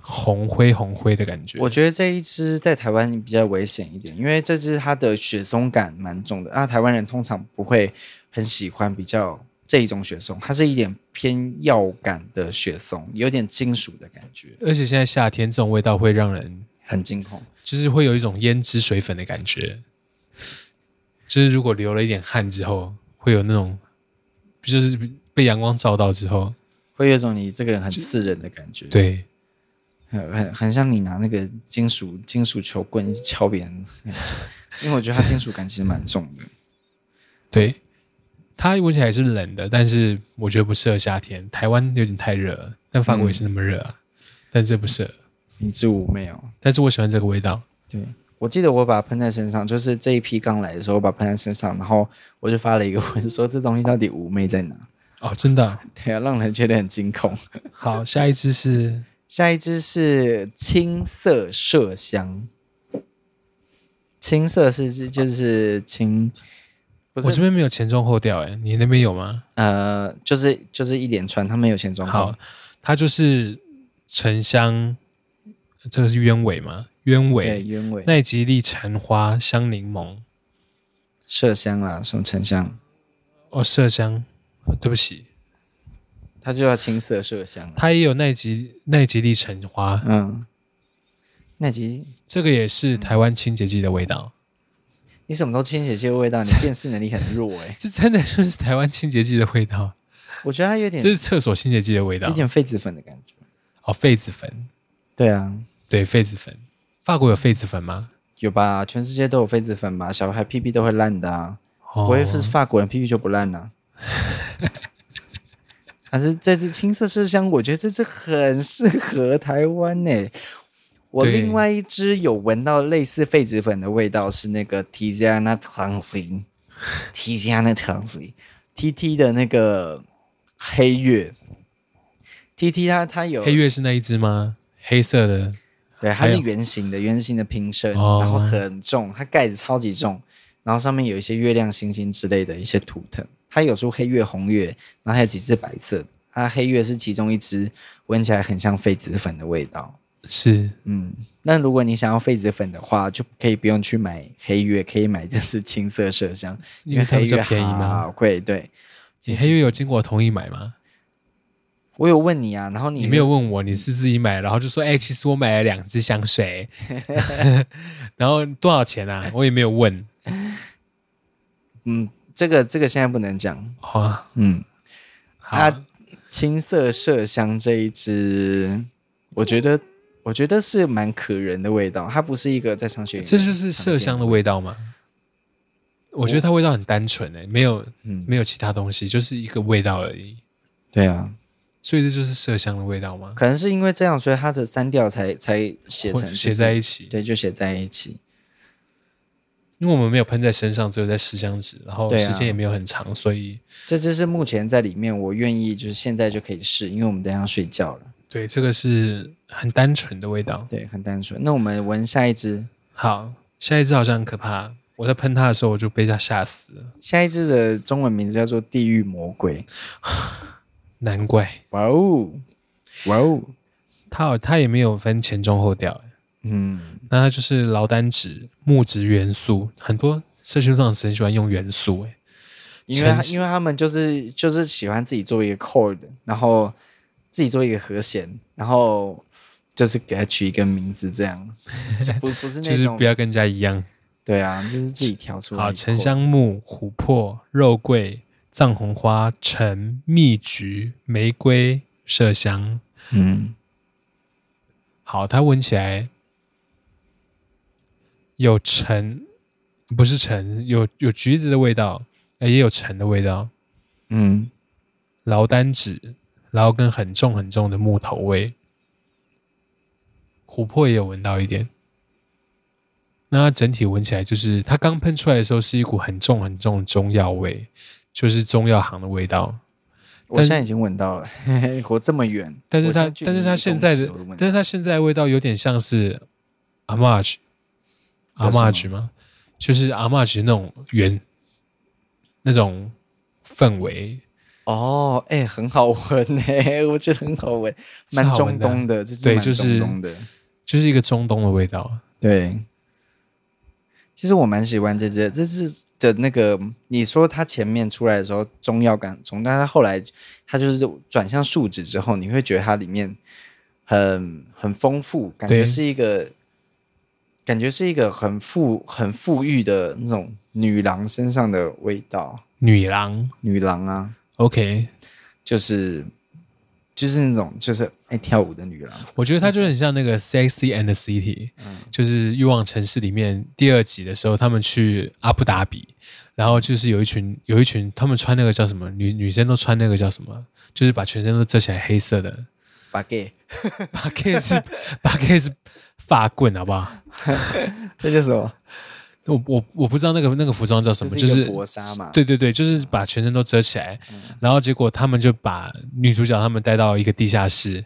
Speaker 2: 红灰红灰的感觉。
Speaker 1: 我觉得这一支在台湾比较危险一点，因为这支它的雪松感蛮重的，啊，台湾人通常不会很喜欢比较这一种雪松，它是一点偏药感的雪松，有点金属的感觉，
Speaker 2: 而且现在夏天这种味道会让人
Speaker 1: 很惊恐。
Speaker 2: 就是会有一种胭脂水粉的感觉，就是如果流了一点汗之后，会有那种，就是被阳光照到之后，
Speaker 1: 会有一种你这个人很刺人的感觉，，
Speaker 2: 对，
Speaker 1: 很很很像你拿那个金属金属球棍一直敲别人，因为我觉得它金属感其实蛮重的。
Speaker 2: 对，它闻起来是冷的，但是我觉得不适合夏天，台湾有点太热了，但法国也是
Speaker 1: 嗯
Speaker 2: 那么热啊，但这不适合，
Speaker 1: 灵芝妩媚哦，
Speaker 2: 但是我喜欢这个味道，
Speaker 1: 对，我记得我把它喷在身上，就是这一批刚来的时候，我把它喷在身上，然后我就发了一个文说这东西到底妩媚在哪？
Speaker 2: 哦，真的
Speaker 1: 对啊，让人觉得很惊恐。
Speaker 2: 好，下一支是
Speaker 1: 下一支是青色麝香，青色是是就是青，不
Speaker 2: 我这
Speaker 1: 是
Speaker 2: 边没有前中后调，哎，你那边有吗？
Speaker 1: 呃，就是就是一连串，它没有前装
Speaker 2: 好，，它就是沉香，这个是鸢尾吗？鸢尾，
Speaker 1: 对，鸢尾
Speaker 2: 奈吉利橙花香柠檬
Speaker 1: 麝香啦，什么沉香，
Speaker 2: 哦，麝香，呃对不起，
Speaker 1: 它就叫青色麝香啦。
Speaker 2: 它也有奈吉奈吉利橙花，
Speaker 1: 嗯，那集
Speaker 2: 这个也是台湾清洁剂的味道，
Speaker 1: 你什么都清洁剂的味道，你辨识能力很弱哎、
Speaker 2: 这真的就是台湾清洁剂的味道，
Speaker 1: 我觉得它有点
Speaker 2: 这是厕所清洁剂的味道
Speaker 1: 有点痱子粉的感觉。
Speaker 2: 哦，痱子粉，
Speaker 1: 对啊，
Speaker 2: 对，痱子粉，法国有痱子粉吗？
Speaker 1: 有吧？全世界都有痱子粉吧？小孩屁屁都会烂的啊，
Speaker 2: 哦
Speaker 1: 不会是法国人屁屁就不烂呢、但是这支青色麝香，我觉得这支很适合台湾呢、我
Speaker 2: 对
Speaker 1: 另外一支有闻到类似痱子粉的味道，是那个 Tiziana t a n s i n Tiziana t a n s i n T T 的那个黑月，T T 它它有
Speaker 2: 黑月是那一只吗？黑色的，
Speaker 1: 对，它
Speaker 2: 还有
Speaker 1: 是圆形的，圆形的瓶身，
Speaker 2: 哦
Speaker 1: 然后很重，它盖子超级重，然后上面有一些月亮、星星之类的一些图腾。它有出黑月、红月，然后还有几只白色的。它黑月是其中一只，闻起来很像痱子粉的味道。
Speaker 2: 是
Speaker 1: 嗯，那如果你想要痱子粉的话，就可以不用去买黑月，可以买就是青色麝香，
Speaker 2: 因为它
Speaker 1: 黑
Speaker 2: 比较
Speaker 1: 月
Speaker 2: 便宜
Speaker 1: 好
Speaker 2: 吗？
Speaker 1: 贵。对，
Speaker 2: 你黑月有经过我同意买吗？
Speaker 1: 我有问你啊，然后你
Speaker 2: 你没有问我，你是自己买，然后就说，哎、其实我买了两支香 水， 然后多少钱啊？我也没有问，
Speaker 1: 嗯，这个这个现在不能讲，
Speaker 2: 哦，
Speaker 1: 嗯。
Speaker 2: 好，
Speaker 1: 啊青色麝香这一支，我觉得我觉得是蛮可人的味道，它不是一个在商学院
Speaker 2: 这就是麝香的味道吗？我觉得它味道很单纯诶、没有
Speaker 1: 嗯，
Speaker 2: 没有其他东西，就是一个味道而已。
Speaker 1: 对啊，
Speaker 2: 所以这就是麝香的味道吗？
Speaker 1: 可能是因为这样，所以它的三调才才写成
Speaker 2: 或
Speaker 1: 就是
Speaker 2: 写在一起，
Speaker 1: 对，就写在一起。
Speaker 2: 因为我们没有喷在身上，只有在试香纸，然后
Speaker 1: 对啊
Speaker 2: 时间也没有很长，所以
Speaker 1: 这支是目前在里面，我愿意就是现在就可以试，因为我们等一下要睡觉了。
Speaker 2: 对这个是很单纯的味道。
Speaker 1: 对，很单纯。那我们闻下一支，
Speaker 2: 好，下一支好像很可怕，我在喷它的时候我就被它吓死了，
Speaker 1: 下一支的中文名字叫做《地狱魔鬼》。
Speaker 2: 难怪
Speaker 1: 哇哦，哇哦，
Speaker 2: 它好它也没有分前中后调、欸
Speaker 1: 嗯，
Speaker 2: 那它就是劳丹酯、木质元素，很多社区上很喜欢用元素、欸，
Speaker 1: 因为他
Speaker 2: 诚实
Speaker 1: 因为他们就是就是喜欢自己做一个 chord，然后自己做一个和弦，然后就是给它取一个名字，这 样就不不是
Speaker 2: 就
Speaker 1: 那
Speaker 2: 是
Speaker 1: 种
Speaker 2: 不要跟人家一样。
Speaker 1: 对啊，就是自己调出来
Speaker 2: 好，
Speaker 1: 一个
Speaker 2: 沉
Speaker 1: chord
Speaker 2: 香木、琥珀、肉桂、藏红花、橙、蜜橘、玫瑰、麝香。
Speaker 1: 嗯，
Speaker 2: 好，它闻起来有橙，不是橙，有有橘子的味道，呃也有橙的味道。
Speaker 1: 嗯，
Speaker 2: 劳丹酯，然后跟很重很重的木头味，琥珀也有闻到一点。那它整体闻起来就是，它刚喷出来的时候是一股很重很重的中药味，就是中药行的味道。
Speaker 1: 我现在已经闻到了， 嘿嘿，活这么远，
Speaker 2: 但是
Speaker 1: 我现
Speaker 2: 它
Speaker 1: 在，距
Speaker 2: 但是
Speaker 1: 离
Speaker 2: 它
Speaker 1: 一
Speaker 2: 现
Speaker 1: 公
Speaker 2: 在
Speaker 1: 尺
Speaker 2: 的
Speaker 1: 我都闻，
Speaker 2: 但是它现在的味道有点像是阿玛吉，阿
Speaker 1: 叫什么
Speaker 2: 玛吉吗？就是阿玛吉那种圆，那种氛围，
Speaker 1: 哦，哎、很好闻 哎、我觉得很好闻，
Speaker 2: 是
Speaker 1: 蛮
Speaker 2: 好
Speaker 1: 中
Speaker 2: 闻的啊
Speaker 1: 东的，这支
Speaker 2: 对
Speaker 1: 蛮
Speaker 2: 就
Speaker 1: 中
Speaker 2: 是
Speaker 1: 东的，
Speaker 2: 就是一个中东的味道。
Speaker 1: 对。其实我蛮喜欢这支的，这支的那个，你说它前面出来的时候中药感很重，但是后来它就是转向树脂之后，你会觉得它里面很很丰富，感觉
Speaker 2: 对
Speaker 1: 是一个感觉是一个很富很富裕的那种女郎身上的味道，
Speaker 2: 女郎
Speaker 1: 女郎啊，
Speaker 2: ，OK，
Speaker 1: 就是就是那种就是爱跳舞的女郎。
Speaker 2: 我觉得它就很像那个《Sexy and the City》，就是《
Speaker 1: 嗯
Speaker 2: 欲望城市》里面第二集的时候，他们去阿布达比，然后就是有一群有一群他们穿那个叫什么女女生都穿那个叫什么，就是把全身都遮起来黑色的，
Speaker 1: 把 gay，
Speaker 2: 把 K 是把 K 是发棍，好不好？
Speaker 1: 这叫什 么？
Speaker 2: 我我我不知道那个那个服装叫什么，
Speaker 1: 这
Speaker 2: 就
Speaker 1: 一
Speaker 2: 是是
Speaker 1: 个嗯薄纱嘛？
Speaker 2: 对对对，就是把全身都遮起来，然后结果他们就把女主角他们带到一个地下室，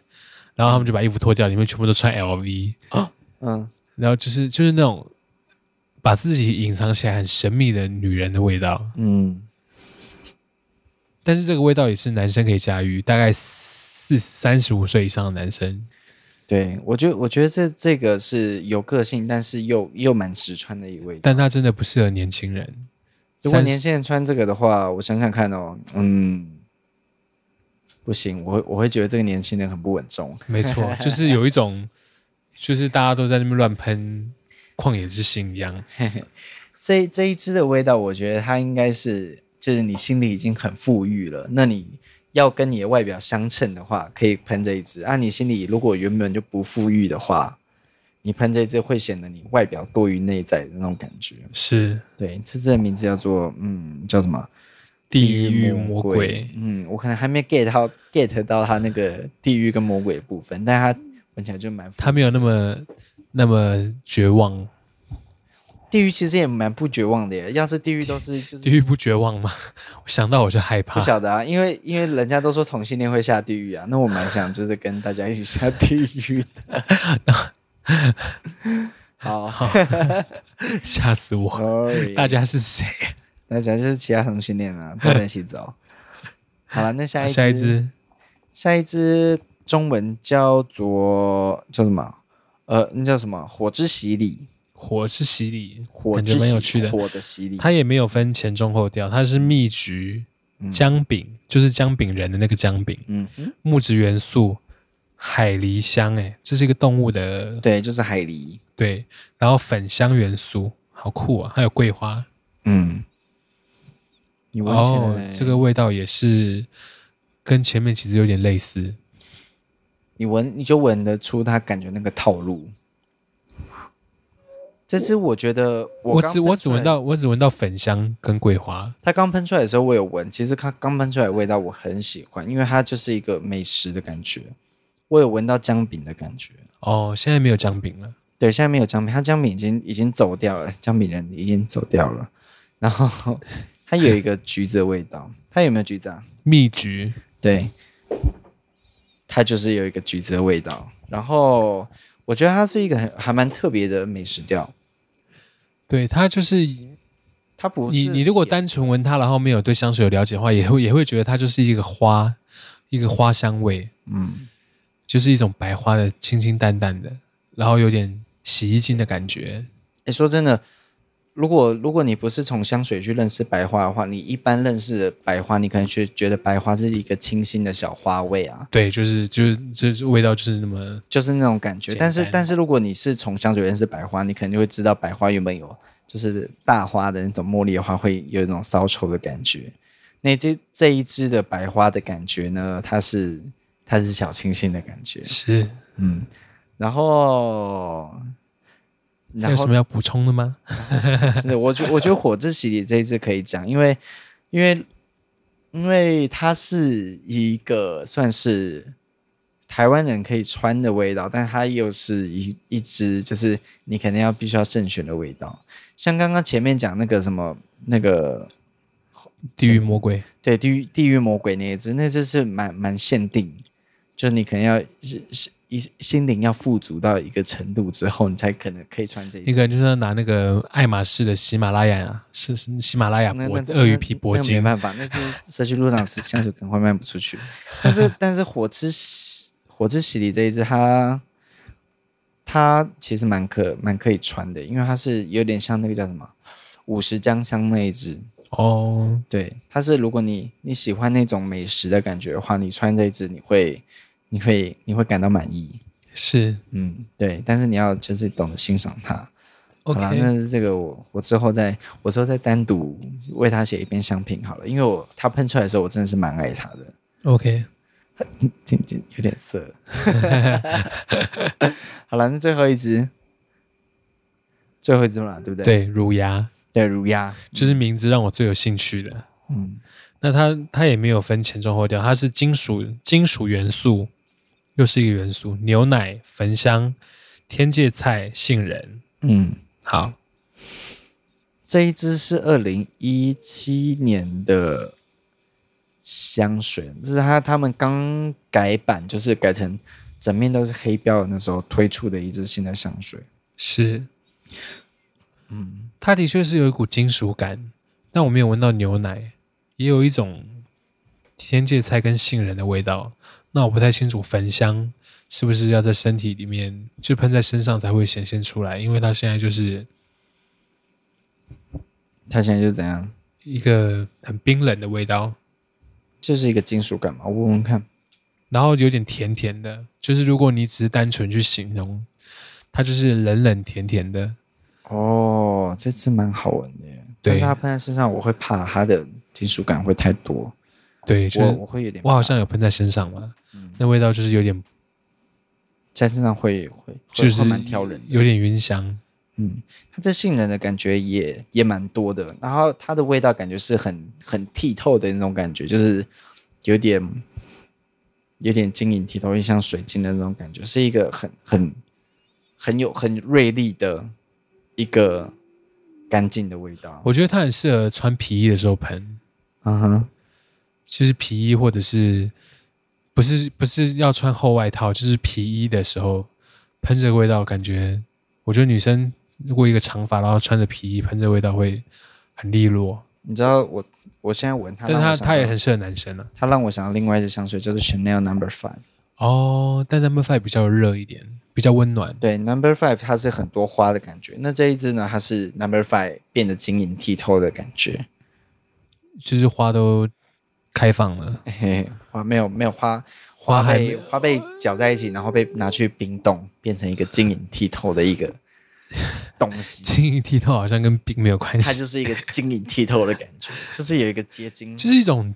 Speaker 2: 然后他们就把衣服脱掉，里面全部都穿 LV。
Speaker 1: 嗯，
Speaker 2: 然后就是就是那种把自己隐藏起来很神秘的女人的味道，
Speaker 1: 嗯
Speaker 2: 但是这个味道也是男生可以驾驭，大概四三十五岁以上的男生，
Speaker 1: 对，我觉得我觉得这这个是有个性，但是又又蛮直穿的一位。
Speaker 2: 但他真的不适合年轻人。
Speaker 1: 如果
Speaker 2: 30
Speaker 1: 年轻人穿这个的话，我想想看哦，嗯，不行，我会我会觉得这个年轻人很不稳重。
Speaker 2: 没 错，就是有一种就是大家都在那边乱喷旷野之心一样，
Speaker 1: 这这一支的味道，我觉得它应该是就是你心里已经很富裕了，那你要跟你的外表相称的话，可以喷这一支。啊，你心里如果原本就不富裕的话，你喷这支会显得你外表多于内在的那种感觉。
Speaker 2: 是
Speaker 1: 对，这支的名字叫做嗯，叫什么？
Speaker 2: 地狱魔鬼。
Speaker 1: 嗯，我可能还没 get 到 get 到它那个地狱跟魔鬼的部分，但它闻起来就蛮
Speaker 2: 他没有那么那么绝望，
Speaker 1: 地狱其实也蛮不绝望的耶。要是地狱都是就是
Speaker 2: 地狱不绝望吗？ 我想到我就害
Speaker 1: 不
Speaker 2: 怕。
Speaker 1: 晓得啊，因为因为人家都说同性恋会下地狱啊，那我蛮想就是跟大家一起下地狱的。 好
Speaker 2: 吓死我！
Speaker 1: ，sorry，
Speaker 2: 大家是谁？
Speaker 1: 那讲就是其他同性恋啊，大家一起走。好了，那下一
Speaker 2: 下一只
Speaker 1: 下一只中文叫做叫什么？呃，那叫什么？火之洗礼，
Speaker 2: 火是洗礼，
Speaker 1: 火
Speaker 2: 感觉
Speaker 1: 之
Speaker 2: 蛮
Speaker 1: 洗
Speaker 2: 有趣的。
Speaker 1: 火的洗礼。
Speaker 2: 它也没有分前中后调，它是蜜橘、姜饼，就是姜饼人的那个姜饼，
Speaker 1: 嗯哼，
Speaker 2: 木质元素、海狸香，哎，这是一个动物的
Speaker 1: 对，就是海狸。
Speaker 2: 对，然后粉香元素，好酷啊！还有桂花
Speaker 1: 嗯，你闻起来、
Speaker 2: 哦，这个味道也是跟前面其实有点类似，
Speaker 1: 你闻你就闻得出他感觉那个套路。这只我觉得我
Speaker 2: 我
Speaker 1: 刚
Speaker 2: 只
Speaker 1: 喷
Speaker 2: 我只
Speaker 1: 出来
Speaker 2: 闻到我只闻到粉香跟桂花，
Speaker 1: 它刚喷出来的时候，我有闻，其实它刚喷出来的味道我很喜欢，因为它就是一个美食的感觉。我有闻到姜饼的感觉，
Speaker 2: 哦，现在没有姜饼了，
Speaker 1: 对，现在没有姜饼，它姜饼已经已经走掉了，姜饼人已经走掉了。然后它有一个橘子的味道，它有没有橘子啊？
Speaker 2: 蜜橘
Speaker 1: 对，它就是有一个橘子的味道。然后我觉得它是一个很还蛮特别的美食调，
Speaker 2: 对它就是
Speaker 1: 它不是
Speaker 2: 你你如果
Speaker 1: 甜
Speaker 2: 单纯闻它，然后没有对香水有了解的话，也会也会觉得它就是一个花，一个花香味，
Speaker 1: 嗯
Speaker 2: 就是一种白花的清清淡淡的，然后有点洗衣精的感觉。
Speaker 1: 哎，说真的，如果如果你不是从香水去认识白花的话，你一般认识的白花，你可能去觉得白花是一个清新的小花味啊，
Speaker 2: 对，就是就是就是味道就是那么
Speaker 1: 就是那种感觉。
Speaker 2: 简单
Speaker 1: 但是但是如果你是从香水认识白花，你可能就会知道白花原本有就是大花的那种茉莉花，会有一种骚臭的感觉。那这这一支的白花的感觉呢，它是它是小清新的感觉，
Speaker 2: 是。
Speaker 1: 嗯，然后
Speaker 2: 还
Speaker 1: 然
Speaker 2: 有
Speaker 1: 后
Speaker 2: 什么要补充的吗？
Speaker 1: 是，我觉我觉得火之洗礼这一次可以讲，因为因为因为它是一个算是台湾人可以穿的味道，但它又是一一支就是你肯定要必须要慎选的味道。像刚刚前面讲那个什么那个
Speaker 2: 地狱魔鬼
Speaker 1: 对地狱地狱魔鬼那一只，那只是蛮蛮限定，就是你可能要是是一心灵要富足到一个程度之后，你才可能可以穿这一
Speaker 2: 那
Speaker 1: 支。
Speaker 2: 个就是要拿那个爱马仕的喜马拉雅啊，是是喜马拉雅
Speaker 1: 那
Speaker 2: 铂
Speaker 1: 那
Speaker 2: 鳄鱼
Speaker 1: 那
Speaker 2: 皮
Speaker 1: 那
Speaker 2: 铂
Speaker 1: 没
Speaker 2: 金，
Speaker 1: 办法，那 是社区路上是香水可能会卖不出去。但是但是火之洗火之洗礼这一支，它它其实蛮可蛮可以穿的，因为它是有点像那个叫什么五十江香那一支。
Speaker 2: 哦，
Speaker 1: 对，它是如果你你喜欢那种美食的感觉的话，你穿这一支你会你会你会感到满意。
Speaker 2: 是
Speaker 1: 嗯，对，但是你要就是懂得欣赏它。好啦，
Speaker 2: OK，
Speaker 1: 那这个我我之后再我之后再单独为他写一篇香评好了，因为我他喷出来的时候，我真的是蛮爱他的，
Speaker 2: OK，
Speaker 1: 仅仅有点涩。好了，那最后一只，最后一只嘛，对不对？
Speaker 2: 对，乳牙
Speaker 1: 对，乳鸦，
Speaker 2: 就是名字让我最有兴趣的。
Speaker 1: 嗯，
Speaker 2: 那它它也没有分前中后调，它是金属金属元素，又是一个元素，牛奶、焚香、天芥菜、杏仁。
Speaker 1: 嗯，
Speaker 2: 好，
Speaker 1: 这一支是二零一七年的香水，这是他他们刚改版，就是改成整面都是黑标的那时候推出的一支新的香水。
Speaker 2: 是
Speaker 1: 嗯，
Speaker 2: 它的确是有一股金属感，但我没有闻到牛奶，也有一种天芥菜跟杏仁的味道。那我不太清楚焚香是不是要在身体里面，就喷在身上才会显现出来，因为它现在就是
Speaker 1: 他现在就怎样？
Speaker 2: 一个很冰冷的味道。
Speaker 1: 就是一个金属感嘛，我闻闻看。
Speaker 2: 然后有点甜甜的，就是如果你只是单纯去形容，它就是冷冷甜甜的，
Speaker 1: 哦，这支蛮好闻的耶，
Speaker 2: 对
Speaker 1: 但是它喷在身上，我会怕它的金属感会太多，
Speaker 2: 对，就
Speaker 1: 我
Speaker 2: 是
Speaker 1: 我会有点怕，嗯
Speaker 2: 我好像有喷在身上嘛，那味道就是有点
Speaker 1: 在身上会会会
Speaker 2: 就是
Speaker 1: 会蛮挑人的。
Speaker 2: 有点晕香，
Speaker 1: 嗯，它这杏仁的感觉也也蛮多的，然后它的味道感觉是很很剔透的那种感觉，就是有点有点晶莹剔透，有点像水晶的那种感觉，是一个很很很有很锐利的一个干净的味道。
Speaker 2: 我觉得它很适合穿皮衣的时候喷，
Speaker 1: 嗯哼，
Speaker 2: 就是皮衣或者是不是不是要穿厚外套，就是皮衣的时候喷这个味道，感觉我觉得女生如果一个长发，然后穿着皮衣喷这个味道会很利落，
Speaker 1: 你知道我我现在闻它，
Speaker 2: 但
Speaker 1: 让
Speaker 2: 是它
Speaker 1: 我想
Speaker 2: 它也
Speaker 1: 到
Speaker 2: 很适合男生啊。
Speaker 1: 它让我想到另外一支香水，就是 Chanel Number、Five。
Speaker 2: 哦，但 Number Five 比较热一点，比较温暖。
Speaker 1: 对，Number Five 它是很多花的感觉，那这一支呢，它是 Number Five 变得晶莹剔透的感觉。
Speaker 2: 就是花都开放了，
Speaker 1: 嘿嘿，花没有没有花，
Speaker 2: 花
Speaker 1: 花
Speaker 2: 还
Speaker 1: 被花被搅在一起，然后被拿去冰冻，变成一个晶莹剔透的一个东 西。
Speaker 2: 晶莹剔透好像跟冰没有关
Speaker 1: 它
Speaker 2: 系，
Speaker 1: 就是一个晶莹剔透的感觉，就是有一个结晶，
Speaker 2: 就是一种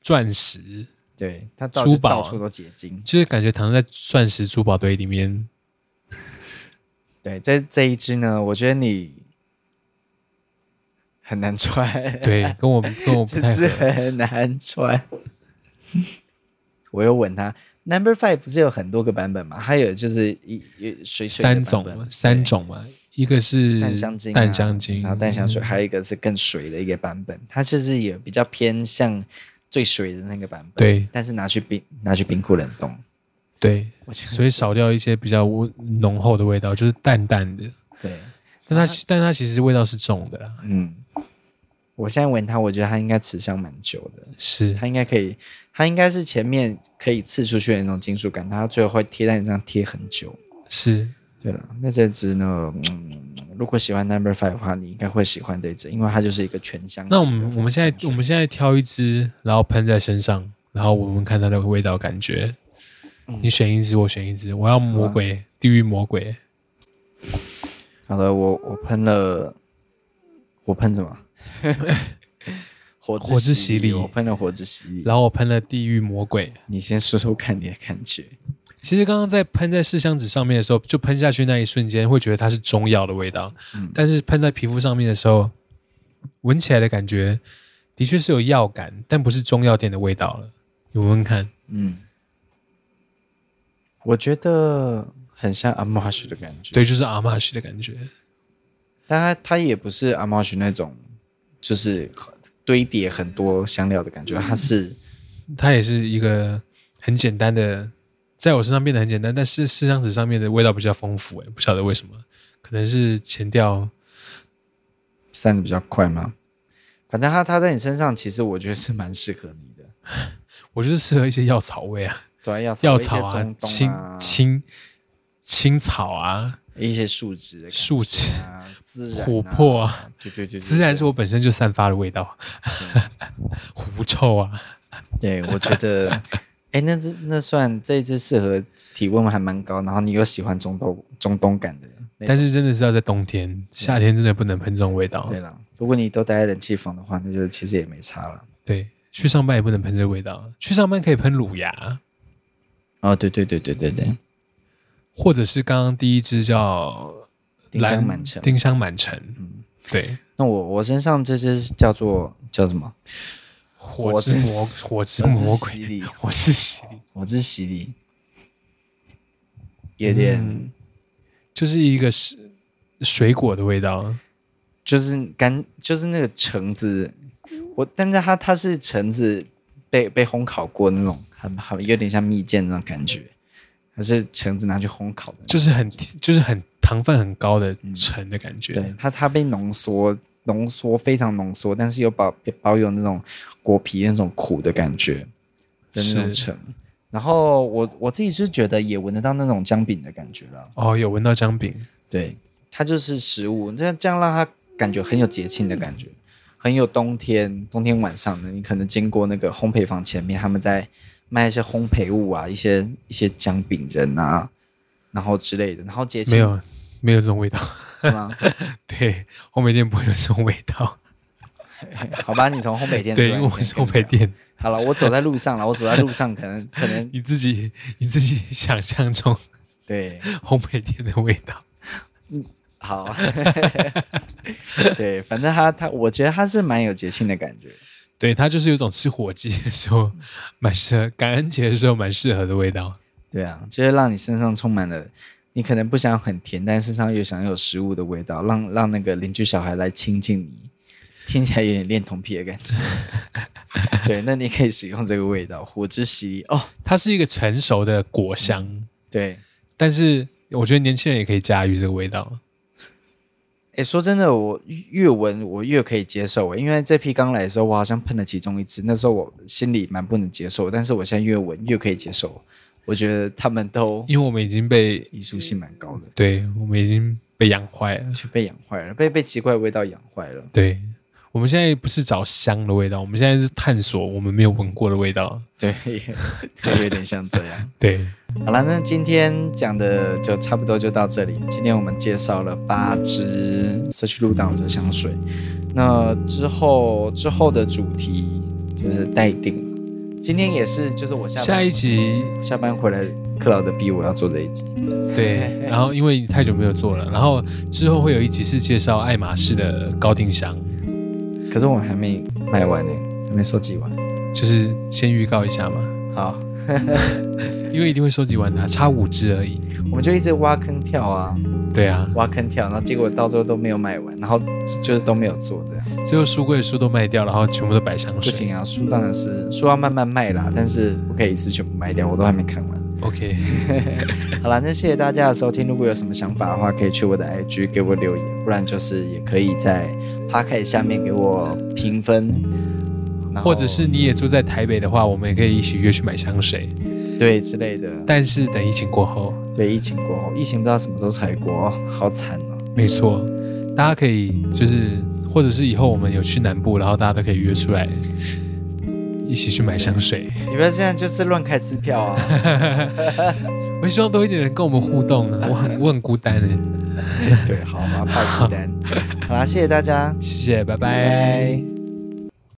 Speaker 2: 钻石，
Speaker 1: 对它到
Speaker 2: 珠
Speaker 1: 处
Speaker 2: 宝
Speaker 1: 到处都结晶。
Speaker 2: 就是感觉躺在钻石珠宝堆 里面。
Speaker 1: 对，这这一支呢，我觉得你很难穿，
Speaker 2: 对，跟我跟我不
Speaker 1: 这
Speaker 2: 太
Speaker 1: 支
Speaker 2: 合。
Speaker 1: 很难穿。我又问他，Number Five 不是有很多个版本吗？还有就是一一水水的
Speaker 2: 三
Speaker 1: 版
Speaker 2: 种
Speaker 1: 本
Speaker 2: 三
Speaker 1: 对
Speaker 2: 种嘛，一个是
Speaker 1: 淡香精啊、
Speaker 2: 淡香精嗯
Speaker 1: 然后淡香水，还有一个是更水的一个版本，它其实也比较偏向最水的那个版本，
Speaker 2: 对
Speaker 1: 但是拿去冰拿去冰库冷冻，
Speaker 2: 对，
Speaker 1: 我觉得
Speaker 2: 所以少掉一些比较温浓厚的味道，就是淡淡的。
Speaker 1: 对，
Speaker 2: 但
Speaker 1: 啊
Speaker 2: 它其但它其实味道是重的啦，
Speaker 1: 嗯，我现在闻它，我觉得它应该持香蛮久的，
Speaker 2: 是
Speaker 1: 它应该可以，它应该是前面可以刺出去的那种金属感，它最后会贴在你身上贴很久。
Speaker 2: 是
Speaker 1: 对了，那这支呢，嗯，如果喜欢 Number Five 的话，你应该会喜欢这支，因为它就是一个全香型的
Speaker 2: 那
Speaker 1: 防
Speaker 2: 我
Speaker 1: 香水。
Speaker 2: 们我们现在我们现在挑一支，然后喷在身上，然后我们看它的味道感觉。
Speaker 1: 嗯
Speaker 2: 你选一支，我选一支，我要魔鬼、地狱魔鬼，
Speaker 1: 好了，我我喷了，我喷什么？火
Speaker 2: 火之洗礼
Speaker 1: 我喷了火之洗礼。
Speaker 2: 然后我喷了地狱魔鬼。
Speaker 1: 你先说说看你的感觉。
Speaker 2: 其实刚刚在喷在试香纸上面的时候，就喷下去那一瞬间会觉得它是中药的味道，
Speaker 1: 嗯
Speaker 2: 但是喷在皮肤上面的时候，闻起来的感觉的确是有药感，但不是中药店的味道了。你闻闻看，
Speaker 1: 嗯，我觉得很像 Amouage 的感觉。
Speaker 2: 对，，就是阿玛什的感觉，
Speaker 1: 但它它也不是 Amouage 那种，就是堆叠很多香料的感
Speaker 2: 嗯
Speaker 1: 觉，它是
Speaker 2: 它也是一个很简单的，在我身上变得很简单，但是试香纸上面的味道比较丰富、哎，不晓得为什么，可能是前调
Speaker 1: 散的比较快吗？反正它它在你身上，其实我觉得是蛮适合你的。
Speaker 2: 我就是适合一些药草 味啊，
Speaker 1: 对啊，药草
Speaker 2: 药
Speaker 1: 一些
Speaker 2: 草啊
Speaker 1: 中，东
Speaker 2: 青
Speaker 1: 啊，
Speaker 2: 青青草啊，
Speaker 1: 一些树脂的感觉啊
Speaker 2: 树脂、
Speaker 1: 孜然啊、
Speaker 2: 琥珀啊，
Speaker 1: 对对对，对
Speaker 2: 自然是我本身就散发的味道， 狐臭啊，
Speaker 1: 对，我觉得， 哎、那只那算这一只适合体温还蛮高，然后你又喜欢中东中东感的那种，
Speaker 2: 但是真的是要在冬天，夏天真的不能喷这种味道
Speaker 1: 对，了，如果你都待在冷气房的话，那就其实也没差了。
Speaker 2: 对，去上班也不能喷这个味道，去上班可以喷乳牙。
Speaker 1: 哦，对对对对对对，
Speaker 2: 或者是刚刚第一支叫
Speaker 1: 丁香
Speaker 2: 蓝
Speaker 1: 满城
Speaker 2: 丁香满城，对，
Speaker 1: 那我我身上这只叫做叫什么？
Speaker 2: 火之魔火之
Speaker 1: 我
Speaker 2: 魔
Speaker 1: 洗
Speaker 2: 鬼，
Speaker 1: 礼，
Speaker 2: 火之洗礼，
Speaker 1: 我是洗礼，有点、
Speaker 2: 嗯就是一个是水果的味道，
Speaker 1: 就是干，就是那个橙子，我但是它它是橙子被被烘烤过那种，很很有点像蜜饯那种感觉，还是橙子拿去烘烤的，
Speaker 2: 就是很就是很糖分很高的橙的感觉，
Speaker 1: 对它它被浓缩浓缩非常浓缩，但是又保保有那种果皮那种苦的感觉的那种
Speaker 2: 是
Speaker 1: 橙。然后我我自己是觉得也闻得到那种姜饼的感觉了，
Speaker 2: 哦，有闻到姜饼，
Speaker 1: 对，它就是食物，这样这样让它感觉很有节庆的感觉，很有冬天冬天晚上的，你可能经过那个烘焙坊前面，他们在卖一些烘焙物啊，一些一些姜饼人啊，然后之类的，然后节庆
Speaker 2: 没有没有这种味道，
Speaker 1: 是吗？
Speaker 2: 对，烘焙店不会有这种味道，
Speaker 1: 好吧，你从烘焙店出
Speaker 2: 对，
Speaker 1: 来
Speaker 2: 因为我
Speaker 1: 你
Speaker 2: 是
Speaker 1: 可以
Speaker 2: 烘
Speaker 1: 跟我
Speaker 2: 焙店，
Speaker 1: 好了，我走在路上了，我走在路上可能可能
Speaker 2: 你自己你自己 想象中
Speaker 1: 对
Speaker 2: 烘焙店的味道，
Speaker 1: 好， 对，反正他他我觉得他是蛮有节庆的感觉。
Speaker 2: 对，它就是有一种吃火鸡的时候蛮适合，感恩节的时候蛮适合的味道。
Speaker 1: 对啊，就是让你身上充满了，你可能不想很甜，但身上又想要有食物的味道，让让那个邻居小孩来亲近你，听起来有点恋童癖的感觉。对，那你可以使用这个味道，火之洗礼哦。
Speaker 2: 它是一个成熟的果香，
Speaker 1: 对，
Speaker 2: 但是我觉得年轻人也可以驾驭这个味道。
Speaker 1: 诶，说真的，我越闻我越可以接受诶，因为这批刚来的时候，我好像喷了其中一支，那时候我心里蛮不能接受，但是我现在越闻越可以接受。我觉得他们都
Speaker 2: 因为我们已经被
Speaker 1: 艺术性蛮高的，
Speaker 2: 对我们已经被养坏了。
Speaker 1: 就被养坏了，被被奇怪的味道养坏了。
Speaker 2: 对我们现在不是找香的味道，我们现在是探索我们没有闻过的味道。
Speaker 1: 对， 会有点像这样。
Speaker 2: 对，
Speaker 1: 好了，那今天讲的就差不多就到这里。今天我们介绍了八支社区路档的香水，那之后之后的主题就是待定。今天也是，就是我下班
Speaker 2: 下一集
Speaker 1: 下班回来克劳的逼我要做这一集。
Speaker 2: 对，然后因为太久没有做了，然后之后会有一集是介绍爱马仕的高定香，
Speaker 1: 可是我们还没卖完呢、还没收集完。
Speaker 2: 就是先预告一下嘛，
Speaker 1: 好，
Speaker 2: 因为一定会收集完的、啊差五支而已。
Speaker 1: 我们就一直挖坑跳啊，
Speaker 2: 对啊，
Speaker 1: 挖坑跳，然后结果到最后都没有买完，然后就是都没有做这样。
Speaker 2: 最后书柜的书都卖掉，然后全部都摆香
Speaker 1: 不
Speaker 2: 水。
Speaker 1: 行啊，书当然是书要慢慢卖啦，但是不可以一次全部卖掉，我都还没看完。
Speaker 2: OK，
Speaker 1: 好啦，那谢谢大家的收听。如果有什么想法的话，可以去我的 IG 给我留言，不然就是也可以在 p o c a s t 下面给我评分，然后
Speaker 2: 或者是你也住在台北的话，我们也可以一起约去买香水，
Speaker 1: 对之类的。
Speaker 2: 但是等疫情过后。
Speaker 1: 对，疫情过后，疫情不知道什么时候才过，好惨哦。
Speaker 2: 没错，大家可以就是，或者是以后我们有去南部，然后大家都可以约出来一起去买香水。
Speaker 1: 你不要现在就是乱开支票 啊！
Speaker 2: 我希望多一点人跟我们互动啊，我很我很孤单哎。
Speaker 1: 对，好，我要怕孤单。好啦，谢谢大家，
Speaker 2: 谢谢，
Speaker 1: 拜
Speaker 2: 拜拜
Speaker 1: 拜。